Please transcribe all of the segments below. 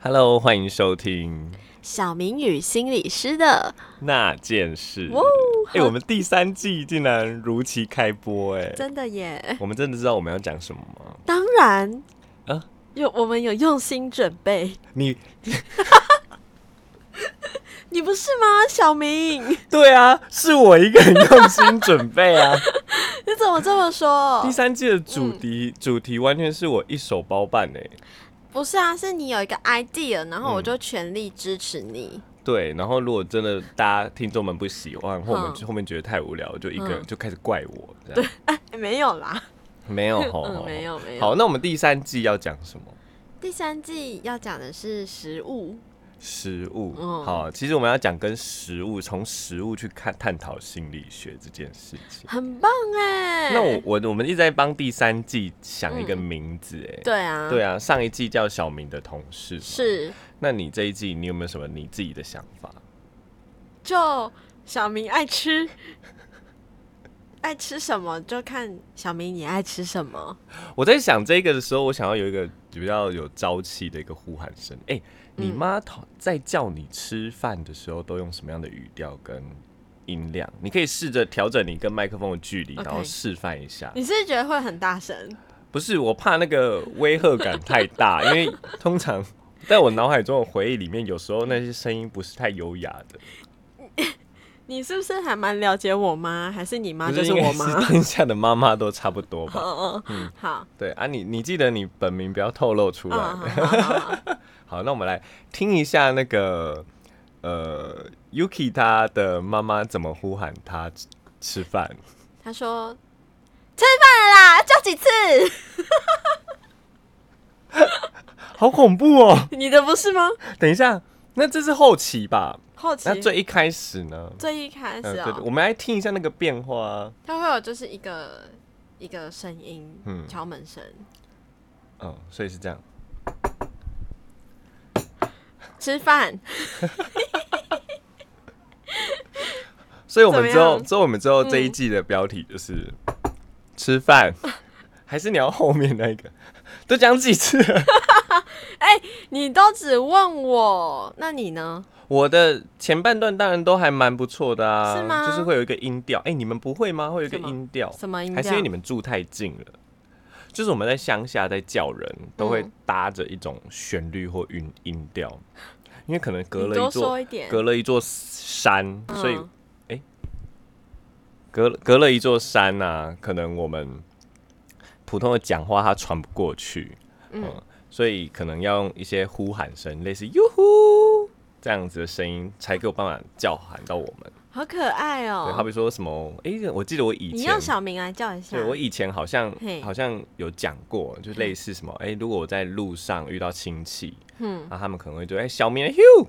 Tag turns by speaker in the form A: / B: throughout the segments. A: Hello，欢迎收听
B: 小明与心理师的，
A: 那件事。
B: 哇哦
A: 哎、我们第三季竟然如期开播、哎，
B: 真的耶！
A: 我们真的知道我们要讲什么吗？
B: 当然，
A: 啊
B: 有我们有用心准备，
A: 你
B: 你不是吗，小明？
A: 对啊，是我一个人用心准备啊。
B: 你怎么这么说
A: 第？三季的主题、
B: 嗯
A: 主题完全是我一手包办哎、
B: 不是啊，是你有一个 idea，然后我
A: 嗯
B: 就全力支持你。
A: 对，然后如果真的大家听众们不喜欢，或我们
B: 嗯
A: 后面觉得太无聊，就一个人
B: 嗯
A: 就开始怪我。这样
B: 哎没有啦，
A: 没有吼，
B: 嗯
A: 吼
B: 没有没有
A: 哦好，那我们第三季要讲什么？
B: 第三季要讲的是食物，
A: 食物，
B: 嗯
A: 好，其实我们要讲跟食物，从食物去看探讨心理学这件事情。
B: 很棒哎。
A: 那我我我们一直在帮第三季想一个名字，哎、
B: 嗯对啊，
A: 对
B: 啊，
A: 啊，上一季叫小明的同事，，
B: 是
A: 那你这一季你有没有什么你自己的想法？
B: 就小明爱吃。爱吃什么就看小明你爱吃什么，
A: 我在想这个的时候，我想要有一个比较有朝气的一个呼喊声。哎、
B: 嗯
A: 你妈讨在叫你吃饭的时候，都用什么样的语调跟音量？你可以试着调整你跟麦克风的距离，
B: OK
A: 然后示范一下。
B: 你是不是觉得会很大声？
A: 不是，我怕那个威吓感太大，因为通常在我脑海中的回忆里面，有时候那些声音不是太优雅的。
B: 你是不是还蛮了解我妈？还是你妈
A: 不
B: 就是
A: 应该
B: 我妈？
A: 是当下的妈妈都差不多吧？
B: 嗯嗯，好，
A: 对啊你，你记得你本名不要透露出
B: 嗯，
A: 来。
B: 好好好好
A: 好，那我们来听一下那个呃，Yuki 她的妈妈怎么呼喊她吃吃饭。
B: 她说吃饭了啦，叫几次？
A: 好恐怖哦！
B: 你的不是吗？
A: 等一下，那这是后期吧？
B: 好奇
A: 那最一开始呢？呃
B: 最一开始
A: 对，对
B: 哦，
A: 我们来听一下那个变化啊。
B: 她会有就是一个一个声音，
A: 嗯
B: 敲门声。
A: 嗯，所以是这样。
B: 吃饭，
A: 所以我们之后，
B: 怎么样
A: 所以我们之后这一季的标题就是“吃饭”， 还是你要后面那一个？都讲几次了？
B: 你都只问我，那你呢？
A: 我的前半段当然都还蛮不错的啊，
B: 是吗
A: 就是会有一个音调，哎、你们不会吗？会有一个音调，
B: 什么音调？
A: 还是因为你们住太近了？就是我们在乡下在叫人，都会
B: 嗯
A: 搭着一种旋律或音音调，因为可能隔
B: 你
A: 了
B: 多
A: 一座
B: 说一点，
A: 隔了一座山，
B: 嗯
A: 所以隔隔了一座山呐、可能我们普通的讲话它传不过去，嗯
B: 嗯
A: 所以可能要用一些呼喊声，类似“哟呼”这样子的声音，才给我办法叫喊到我们。
B: 好可爱
A: 对，好
B: 哦。
A: 比说什么，诶，我记得我以
B: 你
A: 前
B: 用，小明来叫一下
A: 对，我以前好像
B: 嘿
A: 好像有讲过，就类似什么，诶，如果我在路上遇到亲戚，
B: 嗯，
A: 那他们可能会觉得，诶，小明，you，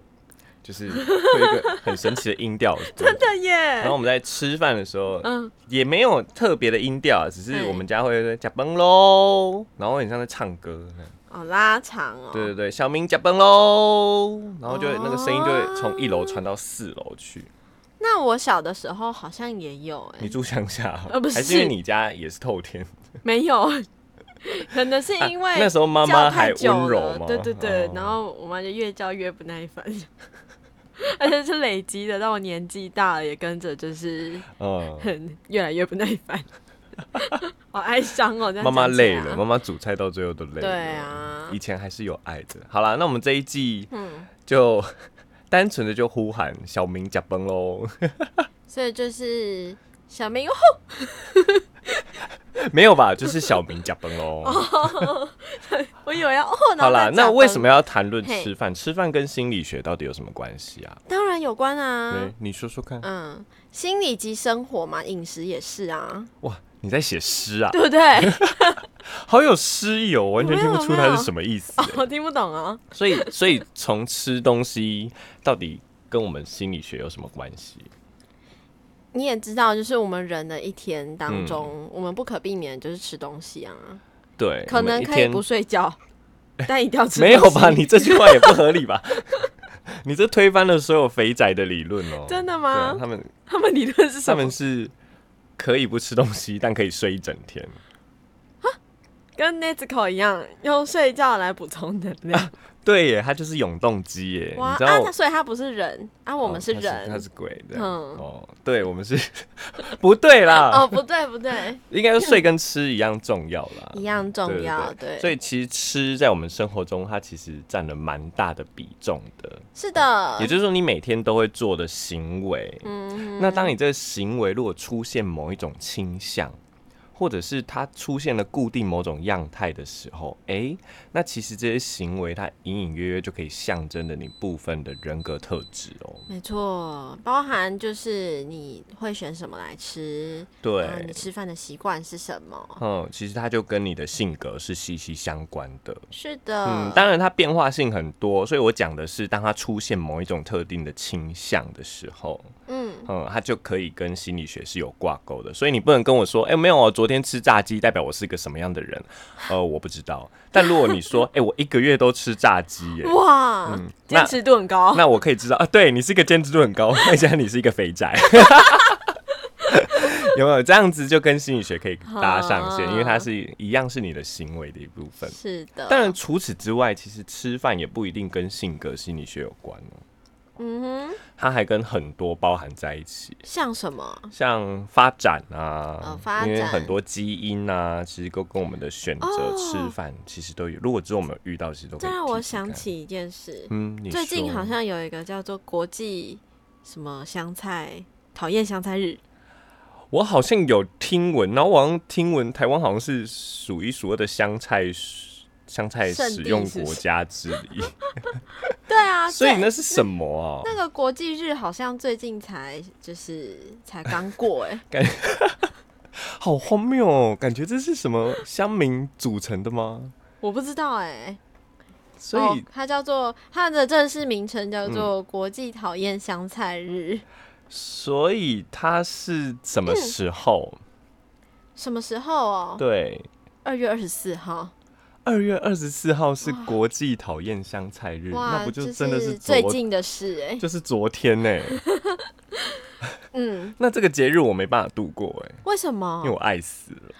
A: 就是会有一个很神奇的音调，
B: 真的
A: 然后
B: 耶。
A: 我们在吃饭的时候，
B: 嗯，
A: 也没有特别的音调，只是
B: 嗯
A: 我们家会说“假崩喽”，然后很像在唱歌。
B: 哦，拉长哦。
A: 对对对，小明假崩喽，然后就
B: 哦
A: 那个声音就会从一楼传到四楼去。
B: 那我小的时候好像也有、欸，
A: 你住乡下
B: 呃不，是
A: 还是因为你家也是透天？
B: 没有， 可能是因为、
A: 啊那时候妈妈还温柔吗？
B: 对对对，
A: 哦
B: 然后我妈就越叫越不耐烦， 而且是累积的，到我年纪大了也跟着就是
A: 嗯，
B: 很越来越不耐 烦，好哀伤哦。这样
A: 妈妈
B: 讲起来
A: 累了，妈妈煮菜到最后都累了。
B: 对，啊
A: 以，前还是有爱的。好啦，那我们这一季
B: 嗯，
A: 就 单纯的就呼喊“小明假崩喽”。
B: 所以就是小明，哦
A: 没有吧？就是小明假崩喽。
B: 我以为要哦，然后
A: 好啦
B: 再，
A: 那
B: 假
A: 为
B: 装
A: 什么要谈论
B: 嘿
A: 吃饭？吃饭跟心理学到底有什么关系啊？
B: 当然有关啊
A: 对，，你说说看。
B: 嗯，心理及生活嘛，饮食也是啊，
A: 哇，你在写诗啊，
B: 对 不对？
A: 好有诗意哦，完全
B: 没
A: 听
B: 有
A: 不出
B: 没
A: 它
B: 有
A: 是什么意思
B: 哦
A: 欸。
B: 我听不懂啊。
A: 所以，所以从吃东西到底跟我们心理学有什么关系？
B: 你也知道，就是我们人的一天当中，我们不可避免就是吃东西啊，
A: 嗯对，
B: 可
A: 我们
B: 能
A: 一
B: 可以
A: 天
B: 不睡觉， 但一 定要吃。
A: 没有吧？？你这句话也不合理吧？ 你这推翻了所有肥宅的理论哦。
B: 真的
A: 对啊
B: 吗？
A: 他们
B: 他们理论是
A: 他
B: 什么
A: 们？是可以不吃东西，但可以睡一整天。
B: 跟 Nezuko 一样，用睡觉来补充能量。
A: 对耶，它就是永动机耶，
B: 哇
A: 你
B: 啊，
A: 知道
B: 他所以他不是人啊，我
A: 哦
B: 们是
A: 它
B: 人
A: 它。是鬼的。
B: 嗯
A: 哦，对，我们是不对啦，
B: 哦，不对 不对，
A: 应该说睡跟吃一样重要啦，
B: 一样重要。
A: 啊对所以其实吃在我们生活中，它其实占了蛮大的比重的。
B: 是的
A: 也，就是说，你每天都会做的行为，
B: 嗯，
A: 那当你这个行为如果出现某一种倾向，或者是它出现了固定某种样态的时候，诶，那其实这些行为它隐隐约约就可以象征着你部分的人格特质哦。
B: 没错，包含就是你会选什么来吃，
A: 对，
B: 啊然后你吃饭的习惯是什么？
A: 嗯，其实它就跟你的性格是息息相关的。
B: 是的，
A: 嗯，当然它变化性很多，所以我讲的是，当它出现某一种特定的倾向的时候，
B: 嗯，
A: 嗯，它就可以跟心理学是有挂钩的。所以你不能跟我说，哎、没有哦，昨天吃炸鸡代表我是个什么样的人？呃，我不知道。但如果你说，哎、我一个月都吃炸鸡耶，
B: 哇，
A: 嗯那
B: 坚持度很高，
A: 那我可以知道啊，对你是一个坚持度很 高，而且你是一个肥宅。有没有这样子就跟心理学可以搭上线？因为它是一样是你的行为的一部分。
B: 是的，
A: 当然，除此之外，其实吃饭也不一定跟性格心理学有关哦，
B: 嗯哼，
A: 它还跟很多包含在一起，
B: 像什么？
A: 像发展啊，
B: 哦发展
A: 因为很多基因啊，其实都跟我们的选择
B: 哦
A: 吃饭其实都有。如果之后我们有遇到，其实都可
B: 这
A: 以
B: 让
A: 提
B: 我
A: 提
B: 想
A: 哎看，
B: 起一件事，
A: 嗯，你
B: 最近
A: 说
B: 好像有一个叫做国际什么香菜讨厌香菜日，
A: 我好像有听闻，然后我好像听闻台湾好像是数一数二的香菜香菜
B: 圣
A: 使
B: 地
A: 用
B: 是不
A: 国
B: 是
A: 家之一，
B: 对 啊，
A: 所以
B: 最
A: 那是什么啊？
B: 那个国际日好像最近才就是才刚过哎、
A: 好荒谬哦！感觉这是什么乡民组成的吗？
B: 我不知道哎、
A: 所
B: 哦
A: 以、嗯
B: 它叫做它的正式名称叫做国际讨厌香菜日。
A: 所以他是什么时候？
B: 什么时候哦？
A: 对，
B: 二月二十四号。
A: 二月二十四号是国际讨厌香菜日，
B: 哇，
A: 嗯那不就
B: 这
A: 真的是昨
B: 最近的事哎、
A: 就是昨天呢、
B: 嗯，
A: 那这个节日我没办法度过哎、
B: 为什
A: 因为
B: 么？
A: 我爱死了。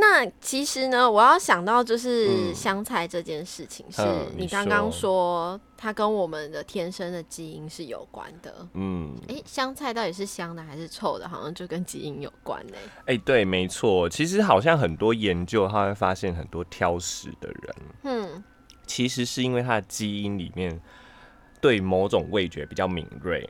B: 那其实呢，我要想到就是
A: 嗯
B: 香菜这件事情，是
A: 嗯你
B: 你刚刚
A: 说
B: 说它跟我们的天生的基因是有关的。
A: 嗯，
B: 诶，香菜到底是香的还是臭的？好像就跟基因有关呢、
A: 哎、对，没错。其实好像很多研究，他会发现很多挑食的人，
B: 嗯，
A: 其实是因为他的基因里面对某种味觉比较敏锐，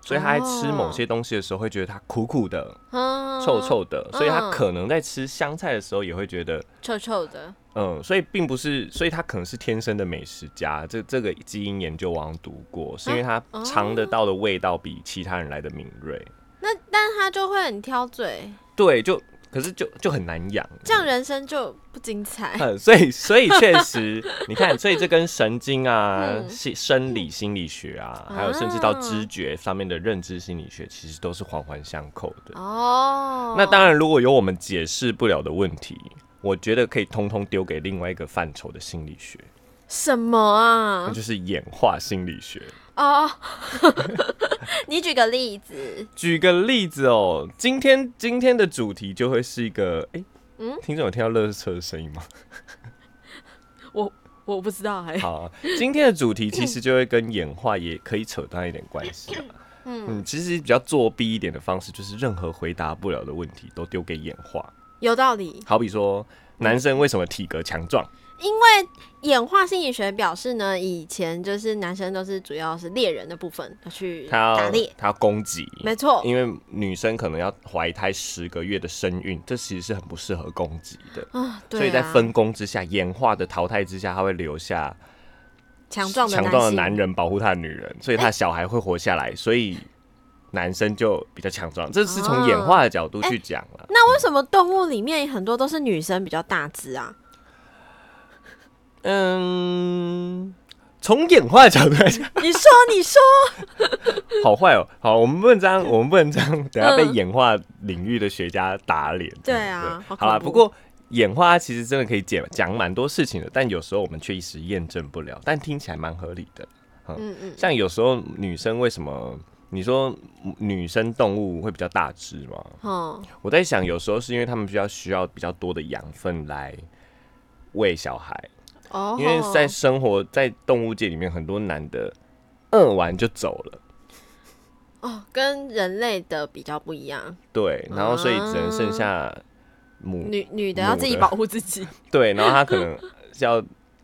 A: 所以他在吃某些东西的时候会觉得它苦苦的、
B: 哦嗯
A: 臭臭的，所以他
B: 嗯
A: 可能在吃香菜的时候也会觉得，
B: 臭臭的。
A: 嗯，所以并不是，所以他可能是天生的美食家。这这个基因研究我好像读过，是因为他
B: 啊
A: 尝
B: 哦
A: 得到的味道比其他人来的敏锐。
B: 那但它就会很挑嘴，
A: 对，就可是就就很难养。
B: 这样人生就不 精彩。
A: 嗯，所以所以确实，你看，所以这跟神经啊、
B: 嗯
A: 心生理心理学啊，还有甚至到知觉上面的认知心理学，其实都是环环相扣的。
B: 哦，
A: 那当然，如果有我们解释不了的问题，我觉得可以通通丢给另外一个范畴的心理学，
B: 什么啊
A: 那？就是演化心理学。
B: 哦， 你举个例子，
A: 举个例子哦，今天今天的主题就会是一个，哎、
B: 嗯
A: 听众有听到乐车的声音吗？
B: 我我不知道 哎、
A: 好啊，今天的主题其实就会跟演化也可以扯到一点关系啊。
B: 嗯，
A: 嗯，其实比较作弊一点的方式，就是任何回答不了的问题都丢给演化。
B: 有道理。
A: 好比说，男生为什么体格强壮？
B: 因为演化心理学表示呢，以前就是男生都是主要是猎人的部分要去
A: 他要
B: 打猎，
A: 他要攻击，
B: 没错。
A: 因为女生可能要怀胎十个月的身孕，这其实是很不适合攻击的。
B: 啊，对啊，
A: 所以在分工之下，演化的淘汰之下，他会留下
B: 强壮的
A: 强壮的
B: 性哎
A: 男人保护他的女人，所以他的小孩会活下来。所以男生就比较强壮，这是
B: 啊
A: 从演化的角度
B: 哎
A: 去讲啊了。
B: 那为什么动物里面很多都是女生比较大只啊？
A: 嗯，从演化的角度来讲。
B: 你说，你说，
A: 好坏哦， 好，我们不能这样， 我们不能这样，等下被
B: 嗯
A: 演化领域的学家打脸。
B: 对啊
A: 对
B: 好
A: 好啦，
B: 恐怖
A: 不过演化其实真的可以解讲蛮多事情的，但有时候我们却一时验证不了，但听起来蛮合理的。
B: 嗯嗯，
A: 像有时候女生为什么？你说女生动物会比较大只吗？
B: 嗯，
A: 我在想，有时候是因为他们比较需要比较多的养分来喂小孩，
B: 哦，
A: 因为在生活在动物界里面，很多男的饿完就走了，
B: 哦跟人类的比较不一样，
A: 对，然后所以只能剩下母，
B: 女女的
A: 母
B: 要自己
A: 的
B: 保护自己，
A: 对，然后他可能是要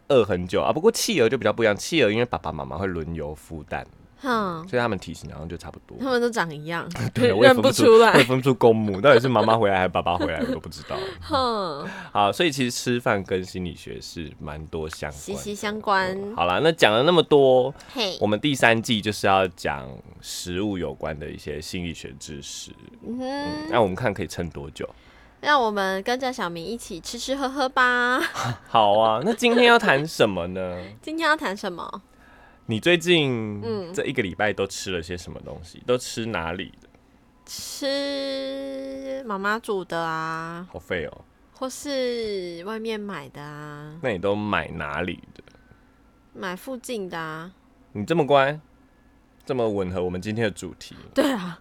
A: 饿很久啊。不过企鹅就比较不一样，企鹅因为爸爸妈妈会轮流孵蛋，
B: 哼、
A: 所以他们体型好像就差不 多。
B: 他们都长一样，
A: 对，我也
B: 认
A: 分
B: 不
A: 出
B: 出
A: 我也
B: 来，
A: 分不出公母到底是妈妈回来还是爸爸回来，我都不知 道。
B: 哼，
A: 好，所以其实吃饭跟心理学是蛮多相关的。
B: 息息相关，
A: 哦好啦，那讲了那么多，
B: 嘿
A: 我，们第三季就是要讲食物有关的一些心理学知识。
B: 嗯哼，
A: 那我们看可以撑多久？
B: 让我们跟着小明一起吃吃喝喝吧。
A: 好啊，那今天要谈什么呢？
B: 今天要谈什么？
A: 你最近这一个礼拜都吃了些什么东西？都吃哪里的？
B: 吃妈妈煮的啊，
A: 好废哦！
B: 或是外面买的啊，
A: 那你都买哪里的？
B: 买附近的啊。
A: 你这么乖，这么吻合我们今天的主题。
B: 对 啊，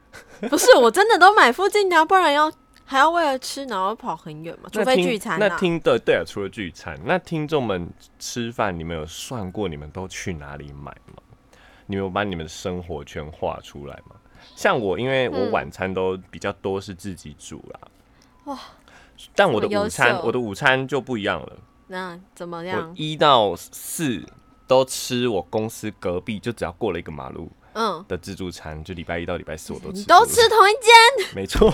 B: 不是我真的都买附近的啊、不然要还要为了吃然后跑很远嘛，除
A: 那
B: 非
A: 听
B: 聚餐
A: 那
B: 啊。
A: 听的对啊，除了聚餐，那听众们吃饭，你们有算过你们都去哪里买吗？你们有把你们的生活圈画出来吗？像我，因为我
B: 嗯
A: 晚餐都比较多是自己煮啦。
B: 哇！
A: 但我的
B: 这么优
A: 午餐，
B: 秀
A: 我的午餐就不一样了。
B: 那怎么
A: 我
B: 样？
A: 一到四都吃我公司隔壁，就只要过了一个马路
B: 嗯，
A: 的自助餐，就礼拜一到礼拜四我都吃
B: 你
A: 自助餐。
B: 嗯都吃同一间，
A: 没错，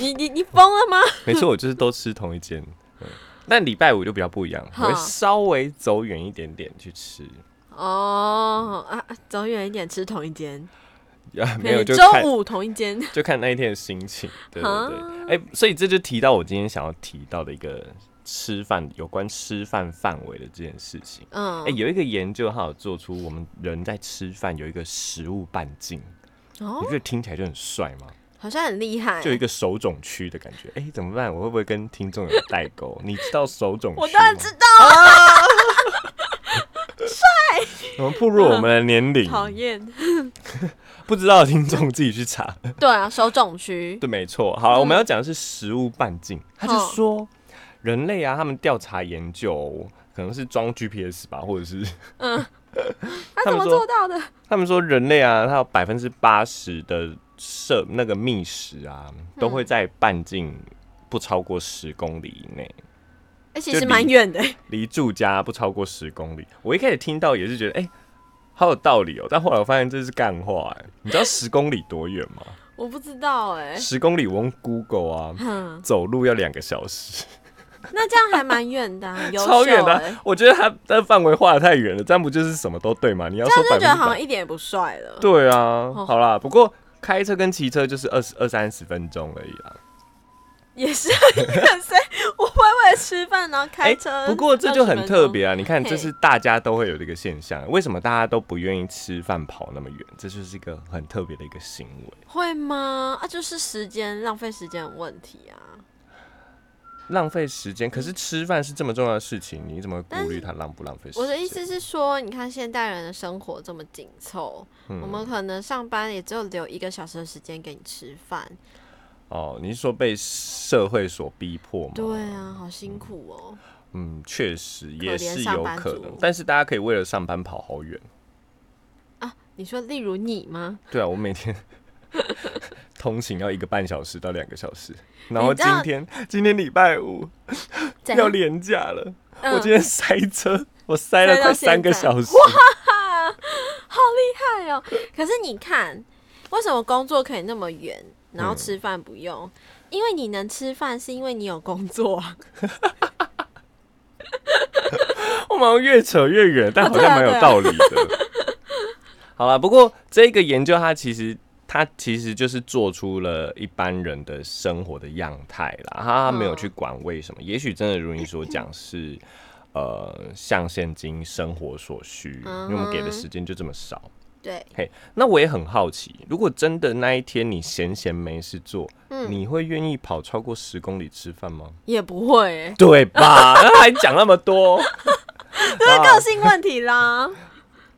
B: 你你你疯了吗？
A: 没错，我就是都吃同一间。嗯但礼拜五就比较不一样，我
B: 好
A: 会稍微走远一点点去吃。
B: 哦啊，走远一点吃同一间，
A: 啊，没有就
B: 周
A: 看
B: 五同一间。
A: 就看那一天的心 情。对对对
B: 啊，
A: 哎、所以这就提到我今天想要提到的一个吃饭有关吃饭范围的这件事情。
B: 嗯
A: 哎、，有一个研究，它有做出我们人在吃饭有一个食物半径，
B: 哦
A: 你，觉得听起来就很帅吗？
B: 好像很厉害。
A: 就有一个手肿区的感觉。哎、怎么办？我会不会跟听众有代沟？你知道手肿区吗？
B: 我当然知道，啊
A: 我们步入我们的年 龄，
B: 讨厌。
A: 不知道的听众自己去查。
B: 对啊，手肿区。
A: 对，没错。好，我们要讲的是食物半径。他就说，人类啊，他们调查研究哦，可能是装 GPS 吧，或者是
B: 那
A: 他
B: 怎
A: 们
B: 么
A: 说
B: 做到的？
A: 他们说人类啊，它有百分之八十的摄那个觅食啊，都会在半径不超过十公里以内。
B: 哎、其
A: 就
B: 实
A: 离
B: 蛮远的、欸。
A: 离住家不超过十公里。我一开始听到也是觉得，哎、好有道理哦、但后来我发现这是干话、哎，你知道十公里多远吗？
B: 我不知道哎、
A: 十公里我用 Google 啊，
B: 哼，
A: 走路要两个小时，
B: 那这样还蛮远的、啊， 很优秀、欸、
A: 超远的啊、
B: 这
A: 我觉得它的范围画的太远了，这样不就是什么都对吗？你要说
B: 样
A: 百
B: 就
A: 分
B: 觉得啊好
A: 之百，
B: 像一点也不帅了。
A: 对啊，
B: 哦
A: 好啦，不过开车跟骑车就是二十二三十分钟而已啦。
B: 也是很远，所以我会为了吃饭然后开
A: 哎，
B: 车、
A: 不过这就很特别
B: 20
A: 啊！你看，
B: 嘿
A: 这是大家都会有这个现象，为什么大家都不愿意吃饭跑那么远？这就是一个很特别的一个行为。
B: 分钟，会吗？啊，就是时间浪费时间的问题啊。
A: 浪费时间，可是吃饭是这么重要的事情，你怎么顾虑它浪不浪费时间？
B: 我的意思是说，你看现代人的生活这么紧凑，我们可能上班也只有留一个小时的时间给你吃饭。
A: 哦，你是说被社会所逼迫吗？
B: 对啊，好辛苦哦、
A: 嗯，确实也是
B: 怜
A: 有
B: 上班
A: 可
B: 族
A: 能，但是大家可以为了上班跑好远。
B: 啊，你说例如你吗？
A: 对啊，我每 天通勤要一个半小时到两个小时，然后
B: 你知
A: 今
B: 道
A: 天今天礼拜五
B: 怎
A: 要
B: 样？
A: 连假了，
B: 嗯
A: 我今天塞车，我塞了
B: 塞到
A: 快三个
B: 现在
A: 小时。
B: 哎呦，可是你看，为什么工作可以那么远，然后吃饭不用？因为你能吃饭，是因为你有工作啊。
A: 我们好像越扯越远，但好
B: 对
A: 像
B: 啊
A: 蛮有
B: 对啊
A: 道理的。好啦，不过这个研究它其实它其实就是做出了一般人的生活的样态啦，它
B: 嗯
A: 它没有去管为什么，也许真的如你所讲 是。呃，像现今生活所需，
B: 嗯
A: 因为我们给的时间就这么少。
B: 对，
A: 嘿，那我也很好奇，如果真的那一天你闲闲没事做，
B: 嗯
A: 你会愿意跑超过十公里吃饭吗？
B: 也不会、
A: 啊
B: 欸，
A: 对吧？那还讲那么多，
B: 这是个性问题啦。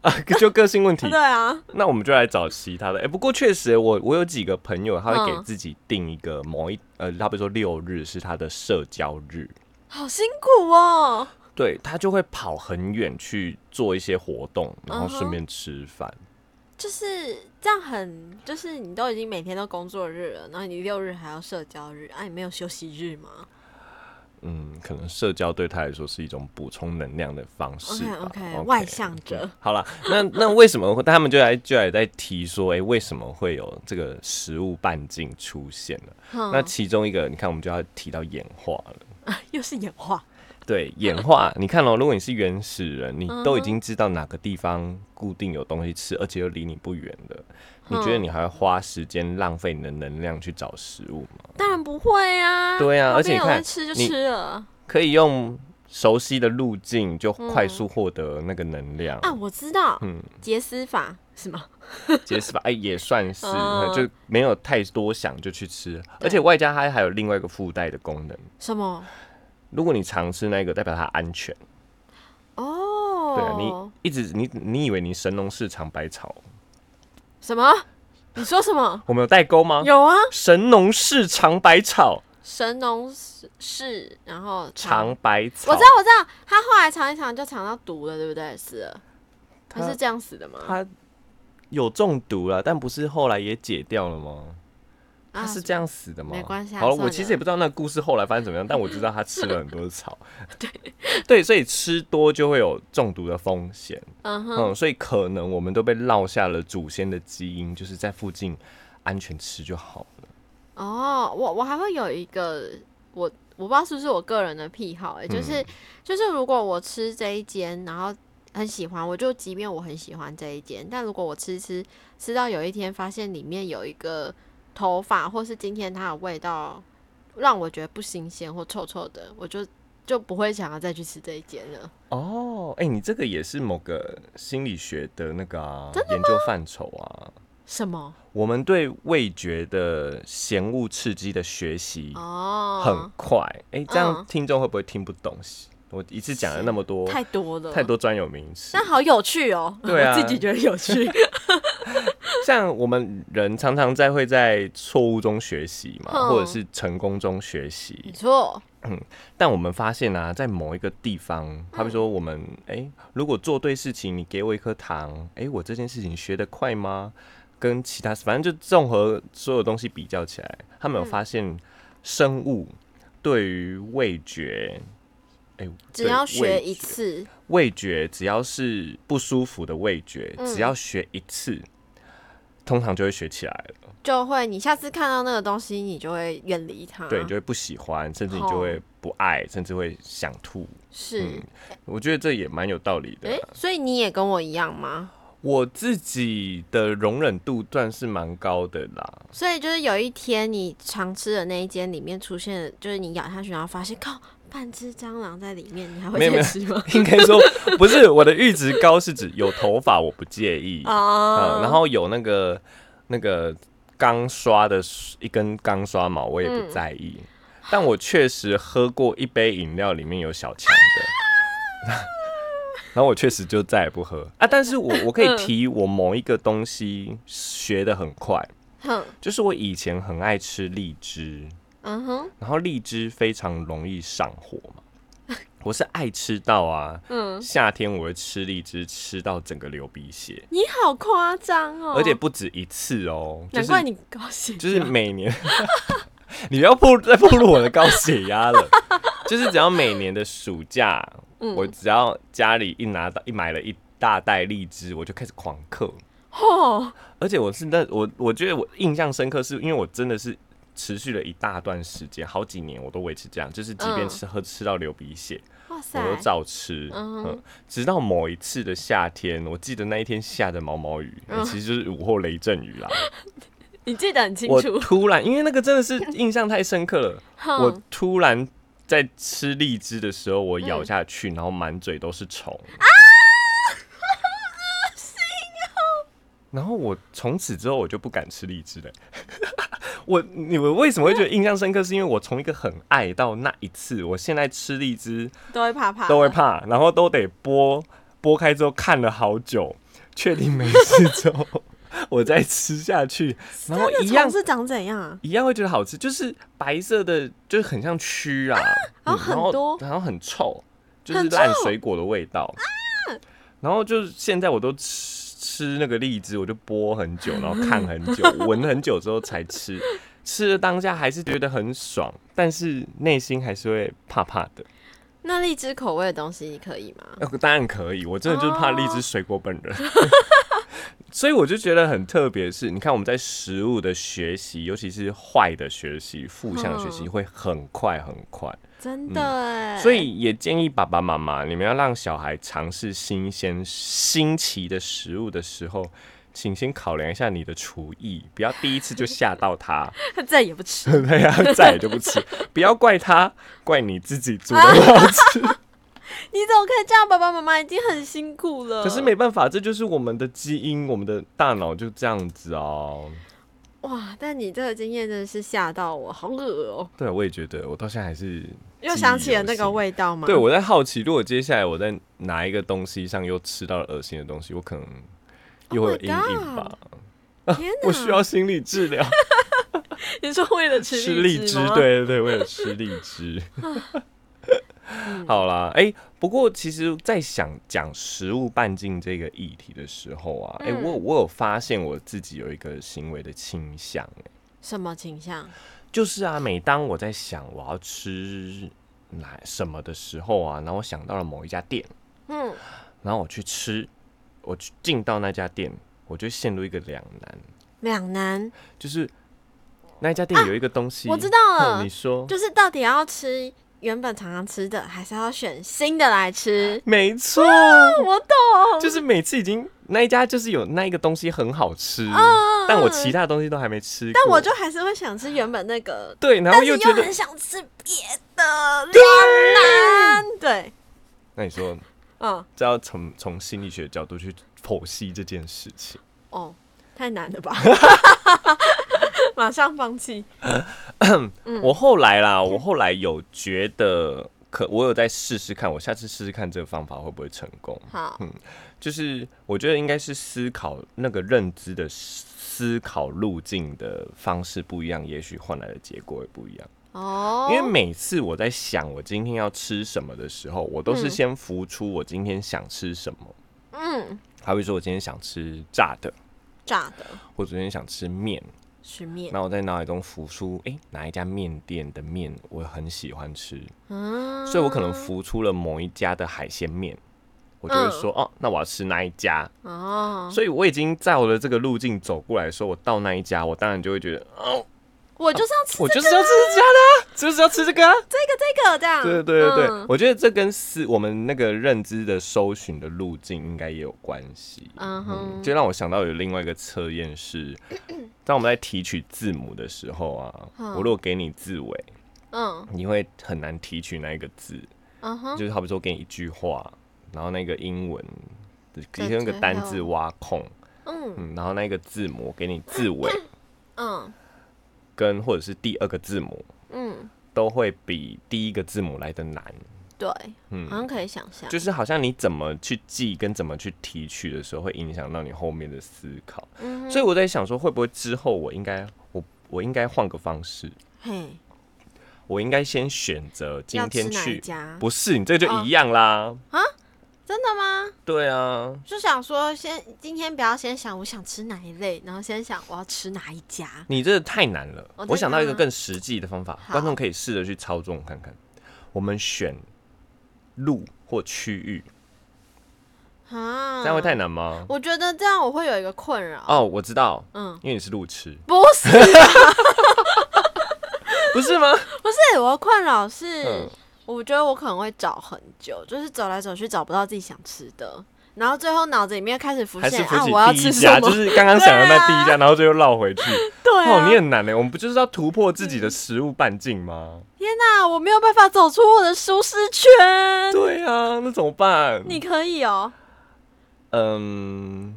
A: 啊，就个性问题。
B: 对啊，
A: 那我们就来找其他的。哎、不过确实，我我有几个朋友，他会给
B: 嗯
A: 自己定一个某一呃，他比如说六日是他的社交日，
B: 好辛苦哦。
A: 对他就会跑很远去做一些活动，然
B: 嗯
A: 后顺便吃饭。
B: 就是这样很，就是你都已经每天都工作日了，然后你六日还要社交日，啊，你没有休息日吗
A: 嗯，可能社交对他来说是一种补充能量的方式
B: ？OK
A: 吧。嗯
B: OK，外向者，
A: 好了，那那为什么会他们就来就来在提说，哎、为什么会有这个食物半径出现呢？那
B: 哼，
A: 其中一个，你看我们就要提到演化了。
B: 又是演化，
A: 对，演化，你看哦，如果你是原始人，你都已
B: 嗯哼
A: 经知道哪个地方固定有东西吃，而且又离你不远的，你
B: 嗯
A: 觉得你还要花时间浪费你的能量去找食物吗？
B: 当然不会啊。
A: 对啊
B: 旁
A: 而且
B: 边
A: 你
B: 有
A: 看
B: 人吃就
A: 你
B: 吃了。
A: 可以用熟悉的路径就快速获得那个能量，
B: 嗯啊，我知道，
A: 嗯
B: 杰斯法是吗？
A: 解释吧，哎，也算是，
B: 嗯
A: 就没有太多想就去吃，而且外加它还有另外一个附带的功能，
B: 什么？
A: 如果你常吃那个，代表它安全。
B: 哦，
A: 对啊，你一直你你以为你神农氏尝百草，
B: 什么？你说什么？
A: 我们有代沟吗？
B: 有啊，
A: 神农氏尝百草，
B: 神农氏，然后
A: 尝
B: 尝，
A: 百草。
B: 我知道，我知道，他后来尝一尝就尝到毒了，对不对？死了，他
A: 他
B: 是这样死的吗？
A: 他有中毒了，但不是后来也解掉了吗？他
B: 啊
A: 是这样死的吗？
B: 没关系啊
A: 好了，
B: 算
A: 我
B: 了
A: 其实也不知道那个故事后来发生怎么样，但我知道他吃了很多 草。对对，所以吃多就会有中毒的风险。
B: 嗯哼，
A: 嗯，所以可能我们都被落下了祖先的基因，就是在附近安全吃就好了。
B: 哦，我我还会有一个我。我不知道是不是我个人的癖好、欸，就是、
A: 嗯
B: 就是，如果我吃这一间，然后很喜欢，我就即便我很喜欢这一间，但如果我吃吃吃到有一天发现里面有一个头发，或是今天它的味道让我觉得不新鲜或臭臭的，我就就不会想要再去吃这一间了。
A: 哦，哎、你这个也是某个心理学的那个、啊、研究范畴啊。
B: 什么？
A: 我们对味觉的嫌恶刺激的学习很
B: 哦，
A: 快，哎、这样
B: 嗯
A: 听众会不会听不懂？我一次讲了那么多，
B: 太多了，
A: 太。多专有名 词
B: 但，好有趣哦，
A: 对啊
B: 我自己觉得有趣。
A: 像我们人常常在会在错误中学习嘛，
B: 嗯
A: 或者是成功中学
B: 没
A: 习，
B: 错，
A: 但我们发现啊，在某一个地
B: 嗯
A: 方，好比说我们，哎、如果做对事情，你给我一颗糖，哎、我这件事情学得快吗？跟其他反正就综合所有东西比较起来，他们有发现生物对于味觉，哎、
B: 只
A: 对
B: 要
A: 味
B: 学一次，
A: 味觉只要是不舒服的味觉，
B: 嗯
A: 只要学一次，通常就会学起来了。
B: 就会你下次看到那个东西，你就会远离它。
A: 对，你就会不喜欢，甚至你就
B: 嗯哦
A: 会不爱，甚至会想吐。
B: 是，
A: 嗯我觉得这也蛮有道理的
B: 诶，
A: 啊、
B: 所以你也跟我一样吗？
A: 我自己的容忍度算是蛮高的 啦。
B: 所以就是有一天你常吃的那一间里面出现，就是你咬下去然后发现靠半只蟑螂在里面，你还会
A: 没有没
B: 再
A: 有
B: 吃吗？
A: 应该说不是我的阈值高，是指有头发我不介意，
B: 啊
A: 嗯，然后有那个那个钢刷的一根钢刷毛，我也
B: 嗯
A: 不在意。但我确实喝过一杯饮料，里面有小强的， 然后我确实就再也不喝啊。但是我我可
B: 嗯
A: 以提我某一个东西学的很快，
B: 哼，
A: 就是我以前很爱吃荔枝，
B: 嗯哼，
A: 然后荔枝非常容易上火嘛。 我是爱吃到啊，
B: 嗯，
A: 夏天我会吃荔枝，吃到整个流鼻血。
B: 你好夸张哦！
A: 而且不止一次哦，就
B: 难
A: 是
B: 怪你高兴，啊
A: 就是每年， 你不要暴再暴露我的高血压 了，就是只要每年的暑假，
B: 嗯
A: 我只要家里一拿到一买了一大袋荔枝，我就开始狂嗑，
B: 哦，
A: 而且我是那我我觉得我印象深刻，是因为我真的是。持续了一大段时间，好几年我都维持这样，就是即便
B: 嗯
A: 吃喝吃到流鼻血，
B: 哇塞
A: 我，都照吃。
B: 嗯
A: 嗯，直到某一次的夏天，我记得那一天下的毛毛雨，
B: 嗯
A: 其实就是午后雷阵雨啦。
B: 你记得很 清
A: 我
B: 楚。
A: 突然，因为那个真的是印象太深刻了，
B: 哼
A: 我突然在吃荔枝的时候，我咬下去，然后满嘴都是虫啊，然后我从此之后我就不敢吃荔枝了。 我你们为什么会觉得印象深刻？是因为我从一个很爱到那一次，我现在吃荔枝
B: 都会怕怕，
A: 都会怕，然后都得剥剥开之后看了好久，确定没事之后，我再吃下去，然后一样
B: 虫是长怎样啊？
A: 一样会觉得好吃，就是白色的，就是很像蛆啊，
B: 然后
A: 嗯
B: 很多
A: 然后很臭，就是
B: 很
A: 烂
B: 臭
A: 水果的味道。然后就是现在我都吃吃那个荔枝，我就剥很久，然后看很 久，闻很久之后才吃。吃的当下还是觉得很爽，但是内心还是会怕怕的。
B: 那荔枝口味的东西你可以吗？
A: 呃当然可以，我真的就是怕荔枝水果本人。 所以我就觉得很特别，是你看我们在食物的学习，尤其是坏的学习、负向的学习，
B: 嗯
A: 会很快很快。
B: 真的哎、
A: 嗯所以也建议爸爸妈妈，你们要让小孩尝试新鲜、新奇的食物的时候，请先考量一下你的厨艺，不要第一次就吓到他，
B: 他 再也不吃。
A: 对呀、 再也就不吃。不要怪他，怪你自己煮的不好吃。
B: 你怎么可以这样？爸爸妈妈已经很辛苦了。
A: 可是没办法，这就是我们的基因，我们的大脑就这样子哦。
B: 哇，但你这个经验真的是吓到我，好恶哦、
A: 对，我也觉得，我到现在还是
B: 又想起了那
A: 记忆犹
B: 个
A: 新。
B: 味道吗？
A: 对，我在好奇，如果接下来我在哪一个东西上又吃到了恶心的东西，我可能又会有
B: Oh my
A: 阴影吧。
B: 天哪！
A: 我需要心理治疗，
B: 你说为了吃
A: 吃
B: 荔
A: 荔枝，
B: 吗，啊
A: 对对对，为了吃荔枝。好啦，哎、不过其实，在想讲食物半径这个议题的时候啊，哎、
B: 嗯
A: 我我有发现我自己有一个行为的倾向、哎
B: 什么倾向？
A: 就是啊，每当我在想我要吃哪什么的时候啊，然后我想到了某一家店，
B: 嗯，
A: 然后我去吃，我去进到那家店，我就陷入一个两难，
B: 两难，
A: 就是那一家店有一个东西，
B: 啊我知道了
A: 哦你说，
B: 就是到底要吃原本常常吃的，还是要选新的来吃？
A: 没错，
B: 啊我懂，
A: 哦就是每次已经那一家就是有那一个东西很好吃，
B: 嗯
A: 但我其他东西都还没吃过，
B: 但我就还是会想吃原本那个，
A: 对，然后
B: 但
A: 又
B: 是
A: 觉
B: 又
A: 得
B: 很，啊想吃别的，两难。对，
A: 那你说，
B: 嗯，
A: 这要从从心理学角度去剖析这件事情。
B: 哦，太难了吧？马上放弃。嗯
A: 我后来啦，我后来有觉得可，我有再试试看，我下次试试看这个方法会不会成功。
B: 好，
A: 就是我觉得应该是思考那个认知的思考路径的方式不一样，也许换来的结果也不一样。
B: 哦，
A: 因为每次我在想我今天要吃什么的时候，我都是
B: 嗯
A: 先浮出我今天想吃什么。
B: 嗯，
A: 好比说，我今天想吃炸的，
B: 炸的
A: 或者今天想吃面，
B: 是面，
A: 那我在脑海中浮出，诶、哪一家面店的面我很喜欢吃，
B: 嗯，
A: 所以我可能浮出了某一家的海鲜面，我就会说，哦，那我要吃那一家。
B: 嗯哦，
A: 所以我已经在我的这个路径走过来说，我到那一家，我当然就会 觉得，哦，
B: 我就是要吃
A: 我就是要吃这家的、啊，就是要吃这个、啊。
B: 这个这样，
A: 对对对对
B: 嗯，
A: 我觉得这跟思我们那个认知的搜寻的路径应该也有关系。
B: 嗯
A: 嗯，
B: 哼，
A: 就让我想到有另外一个测验 是，当我们在提取字母的时候啊，
B: 嗯
A: 我如果给你字尾，
B: 嗯
A: 你会很难提取那一个字，
B: 嗯哼，
A: 就是好比说给你一句话，然后那个英文，其
B: 对
A: 中一个
B: 最
A: 单
B: 后
A: 字挖空，
B: 嗯
A: 嗯，然后那个字母给你字尾
B: 嗯
A: 跟或者是第二个字母
B: 嗯，
A: 都会比第一个字母来的难，
B: 对，
A: 嗯
B: 好像可以想象，
A: 就是好像你怎么去记跟怎么去提取的时候，会影响到你后面的思考。
B: 嗯
A: 所以我在想说，会不会之后我应该我我应该换个方式，
B: 嘿，
A: 我应该先选择今
B: 要吃
A: 天
B: 哪一
A: 去，
B: 家？
A: 不是你这就
B: 哦
A: 一样啦。
B: 真的吗？
A: 对啊，
B: 就想说先今天不要先想我想吃哪一类，然后先想我要吃哪一家。
A: 你这太难了。
B: 哦真的
A: 我想到一个
B: 吗
A: 更实际的方法，
B: 好
A: 观众可以试着去操纵看看。我们选路或区域，
B: 啊，
A: 这样会太难吗？
B: 我觉得这样我会有一个困扰。
A: 哦，我知道，
B: 嗯，
A: 因为你是路痴，
B: 不是
A: 不是吗？
B: 不是，我的困扰是，
A: 嗯
B: 我觉得我可能会找很久，就是走来走去找不到自己想吃的，然后最后脑子里面开始浮
A: 还是
B: 现
A: 扶
B: 啊
A: 起，
B: 我要
A: 第一
B: 吃
A: 家，
B: 什
A: 就
B: 么？啊
A: 是刚刚想的那第一家，然后就又绕回去。
B: 对
A: 哦，
B: 啊，嗯
A: 你很难呢。我们不就是要突破自己的食物半径吗？
B: 天哪，我没有办法走出我的舒适圈。
A: 对啊，那怎么办？
B: 你可以哦，
A: 嗯，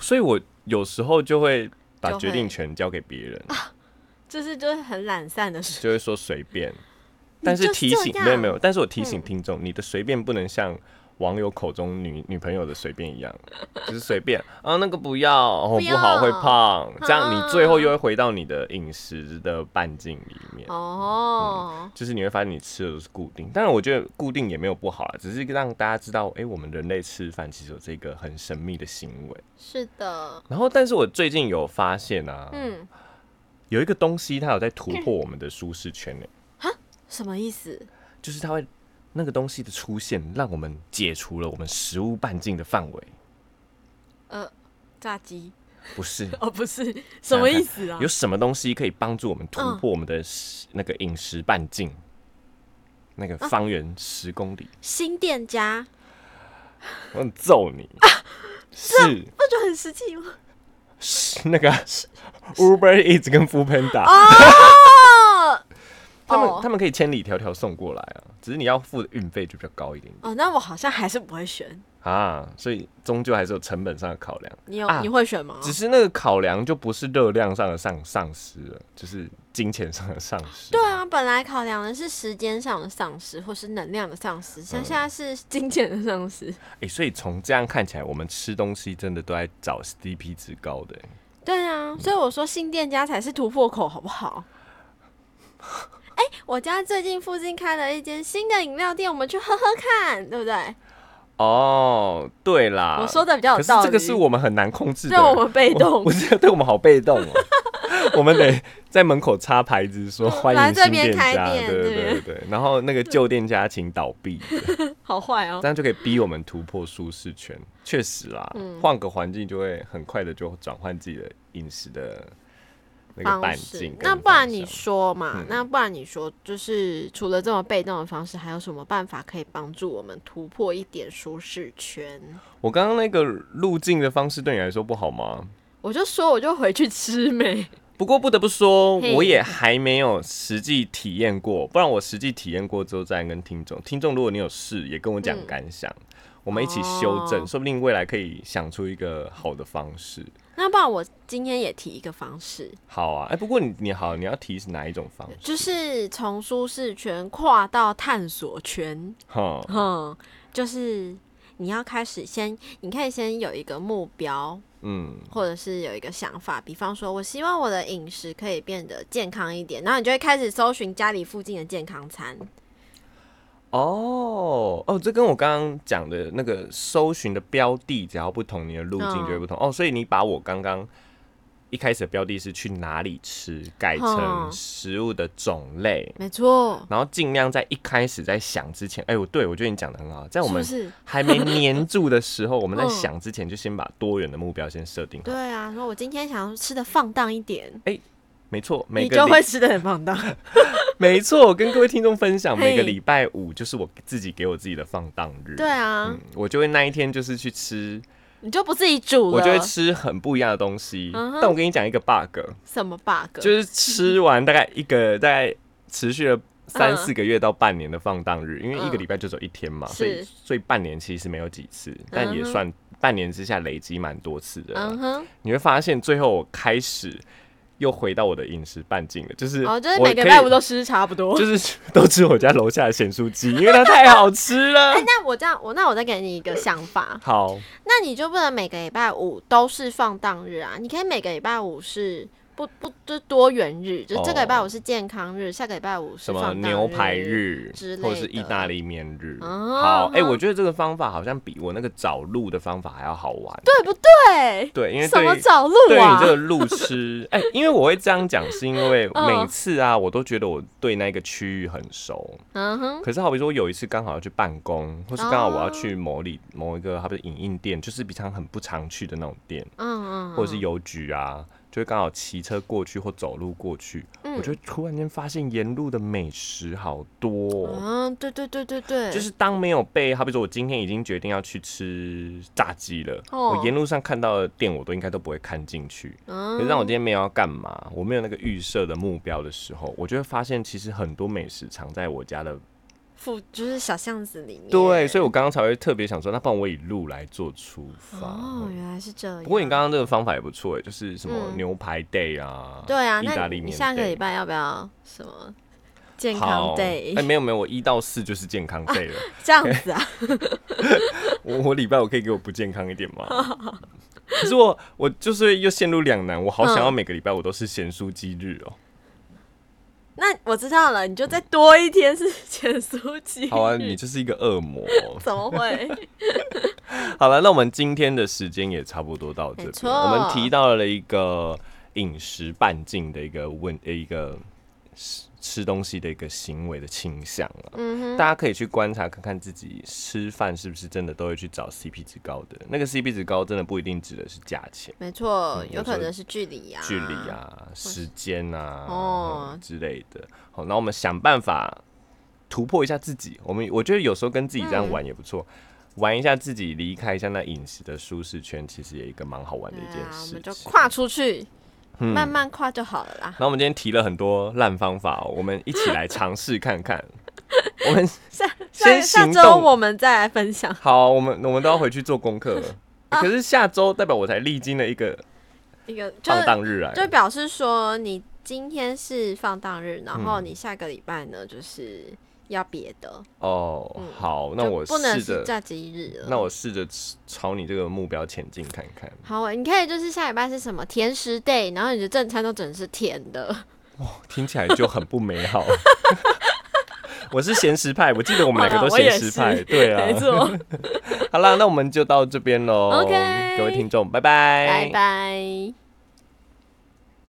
A: 所以我有时候就会把
B: 就会
A: 决定权交给别人，
B: 就是就是很懒散的事。
A: 就会说随便。但是提
B: 你
A: 醒
B: 就是这样嗯
A: 没有没有，但是我提醒听众，你的随便不能像网友口中女女朋友的随便一样，就是随便啊，那个不要，哦
B: 不要
A: 不好会胖，这样
B: 啊
A: 你最后又会回到你的饮食的半径里面，
B: 哦，
A: 就是你会发现你吃的都是固定。当然，我觉得固定也没有不好啦，只是让大家知道，哎、我们人类吃饭其实有这个很神秘的行为。
B: 是的，
A: 然后，但是我最近有发现啊，
B: 嗯，
A: 有一个东西它有在 突破我们的舒适圈呢、
B: 什么意思？
A: 就是它会那个东西的出现，让我们解除了我们食物半径的范围，
B: 呃，炸鸡？
A: 不 是？
B: 哦，不是，什
A: 想
B: 么意思啊
A: 有？什么东西可以帮助我们突
B: 嗯
A: 破我们的食那个饮食半径？那个方圆十公里，
B: 新店家，啊
A: 我想揍你！是
B: 不觉得很实际吗？
A: 是那个 Uber Eats 跟 f o o Panda，、
B: 哦，
A: 他们、
B: 哦
A: 他们可以千里迢迢送过来啊，只是你要付的运费就比较高一点
B: 哦，那我好像还是不会选。
A: 啊，所以终究还是有成本上的考量。
B: 你有、
A: 啊
B: 你会选吗？
A: 只是那个考量就不是热量上的丧丧失了，就是金钱上的丧失。
B: 对啊，本来考量的是时间上的丧失，或是能量的丧失，
A: 嗯
B: 像现在是 金钱的丧失。
A: 哎、所以从这样看起来，我们吃东西真的都在找 CP 值高的、欸。
B: 对啊，所以我说新店家才是突破口，好不好？ 哎、我家最近附近开了一间新的饮料店，我们去喝喝看，对不对？
A: 哦，对啦，
B: 我说的比较
A: 啊可
B: 有
A: 是
B: 道理。
A: 这个是我们很难控制的，
B: 对啊我们被
A: 我
B: 动
A: 不，是对我们好被动哦、 我们得在门口插牌子说欢
B: 嗯来
A: 迎
B: 这
A: 新
B: 边
A: 店
B: 开
A: 家，
B: 店
A: 对对
B: 对
A: 对对对，然后那个旧店家请倒 闭，
B: 好坏哦
A: 这。样就可以逼我们突破舒适圈。确实啦，
B: 嗯
A: 换、个环境就会很快的就转换自己的饮食的那个
B: 方
A: 半
B: 式
A: 径。跟
B: 那不然你
A: 方向嗯
B: 说嘛？那不然你说，就是除了这么被动的方式，还有什么办法可以帮助我们突破一点舒适圈？
A: 我刚刚那个路径的方式对你来说不好吗？
B: 我就说，我就回去吃没。
A: 不过不得不说，
B: 嘿
A: 我也还没有实际体验过，不然我实际体验过之后再跟听众，听众如果你有事也跟我讲感想，我们一起修正，
B: 嗯哦
A: 说不定未来可以想出一个好的方式。
B: 那不然我今天也提一个方式，
A: 好啊，哎、不过你你好，你要提是哪一种方式？
B: 就是从舒适圈跨到探索圈。
A: 哈，
B: 哼，就是你要开始先，你可以先有一个目标，
A: 嗯，
B: 或者是有一个想法，比方说，我希望我的饮食可以变得健康一点，然后你就会开始搜寻家里附近的健康餐。
A: 哦哦，这跟我刚刚讲的那个搜寻的标的只要不同，你的路径就
B: 嗯
A: 会不同、哦。所以你把我刚刚一开始的标的是去哪里吃，改成
B: 嗯
A: 食物的种类，
B: 没错，
A: 然后尽量在一开始在想之前，哎、我对我觉得你讲的很好，在我
B: 是不
A: 们
B: 是？
A: 还没黏住的时 候，我们在
B: 嗯
A: 想之前就先把多元的目标先设定好
B: 对。啊，说我今天想要吃的放荡一点，
A: 没错，每
B: 你
A: 个
B: 就
A: 礼
B: 会吃的很放荡。
A: 没错，我跟各位听众分享，
B: 嘿
A: 每个礼拜五就是我自己给我自己的放荡日。
B: 对啊，
A: 嗯，我就会那一天就是去吃，
B: 你就不自己煮了，
A: 我就会吃很不一样的东西。
B: 嗯哼
A: 但我跟你讲一个 bug，
B: 什么 bug？
A: 就是吃完大概一 个大概持续了三
B: 嗯
A: 四个月到半年的放荡日，因为一个
B: 嗯
A: 礼拜就只有一天嘛，所以
B: 是
A: 所以半年其实没有几次，但也
B: 嗯哼
A: 算半年之下累积蛮多次的啦。
B: 嗯哼，
A: 你会发现，最后我开始又回到我的饮食半径了，就是
B: 哦，就是
A: 我
B: 每个
A: 可
B: 礼
A: 以
B: 拜五都吃差不 多。
A: 就是都吃我家楼下的咸酥鸡，因为它太好吃了
B: 哎、。那我这样，我那我再给你一个想法，
A: 好，
B: 那你就不能每个礼拜五都是放荡日啊，你可以每个礼拜五是不不就是多元日，就这个礼拜五是健康日，下个礼拜五是
A: 哦什么
B: 放荡
A: 牛排。日
B: 之类的
A: 或者是意大利面日，
B: 哦
A: 好，哎、
B: 嗯哼
A: 我觉得这个方法好像比我那个找路的方法还要好玩。
B: 对不对？
A: 对，因为
B: 什
A: 对
B: 么
A: 于
B: 找
A: 对
B: 路
A: 你
B: 啊
A: 这？个路痴，哎、因为我会这样讲，是因为
B: 嗯
A: 每次啊，我都觉得我对那个区域很熟。
B: 嗯哼，
A: 可是好比说，我有一次刚好要去办公，或是刚好我要
B: 哦
A: 去某里某一个，它不是影印店，就是平常很不常去的那种店，
B: 嗯嗯，
A: 或者是邮局啊，就会刚好骑车过去或走路过去，
B: 嗯
A: 我就会突然间发现沿路的美食好多哦、
B: 嗯，对对对对对，
A: 就是当没有被，好比说，我今天已经决定要去吃炸鸡了，
B: 哦
A: 我沿路上看到的店，我都应该都不会看进去。可
B: 嗯
A: 是让我今天没有要干嘛，我没有那个预设的目标的时候，我就会发现其实很多美食藏在我家的。
B: 附就是小巷子里面。
A: 对，所以我刚刚才会特别想说，那不然我以路来做出发。
B: 哦，原来是这样。
A: 不过你刚刚这个方法也不错哎，就是什么
B: 嗯
A: 牛排 day 啊，
B: 对啊，
A: 意
B: 那
A: 大利
B: 你
A: 面
B: 下个
A: day
B: 礼拜要不要什么？健康
A: 好，哎、
B: day
A: 没有没有，我一到四就是健康 day 了。
B: 这样 子啊，
A: 我我礼拜我可以给我不健康一点吗？ 可是我我就是又陷入两难，我好想要每个礼拜我都是咸酥鸡日 哦。
B: 那我知道了，你就再多一天是减速期。
A: 好啊，你就是一个恶魔。
B: 怎么会？
A: 好了，那我们今天的时间也差不多到这
B: 没
A: 边。
B: 错
A: 我们提到了一个饮食半径的一个问，呃一个吃吃东西的一个行为的倾向了。
B: 嗯
A: 大家可以去观察看看自己吃饭是不是真的都会去找 CP 值高的。那个 CP 值高真的不一定指的是价钱、
B: 没错，有
A: 我
B: 可
A: 说
B: 能是距离呀、
A: 嗯距离。啊、时间啊、
B: 哦
A: 嗯之类的。好，那我们想办法突破一下自己。我们我觉得有时候跟自己这样玩也不错。
B: 嗯
A: 玩一下自己，离开一下那饮食的舒适圈，其实也一个蛮好玩的
B: 对
A: 一件
B: 啊，我
A: 事
B: 们就
A: 情。
B: 跨出去，
A: 嗯
B: 慢慢跨就好了啦。
A: 那我们今天提了很多烂方法哦、我们一起来尝试看 看。我们
B: 下下
A: 先
B: 下
A: 行
B: 周
A: 动
B: 我们再来分享。
A: 好，我们我们都要回去做功课 了。
B: 啊
A: 可是下周代表我才历经了一个
B: 一个就
A: 放
B: 是
A: 荡日来，
B: 就表示说你今天是放荡日，然
A: 嗯
B: 后你下个礼拜呢就是要别的，
A: 哦
B: 嗯，
A: 好，那
B: 就
A: 我
B: 不能
A: 试
B: 是
A: 着，
B: 假期日了。
A: 那我试着朝你这个目标前进看看。
B: 好，你可以就是下礼拜是什么甜食 day，然后你的正餐都只能是甜的。
A: 听起来就很不美 好。我是咸食派，我记得我
B: 哦我
A: 们两个都咸食派，对啊
B: 没。错，
A: 好啦，那我们就到这边喽
B: OK
A: 各位听众，拜拜，
B: 拜拜。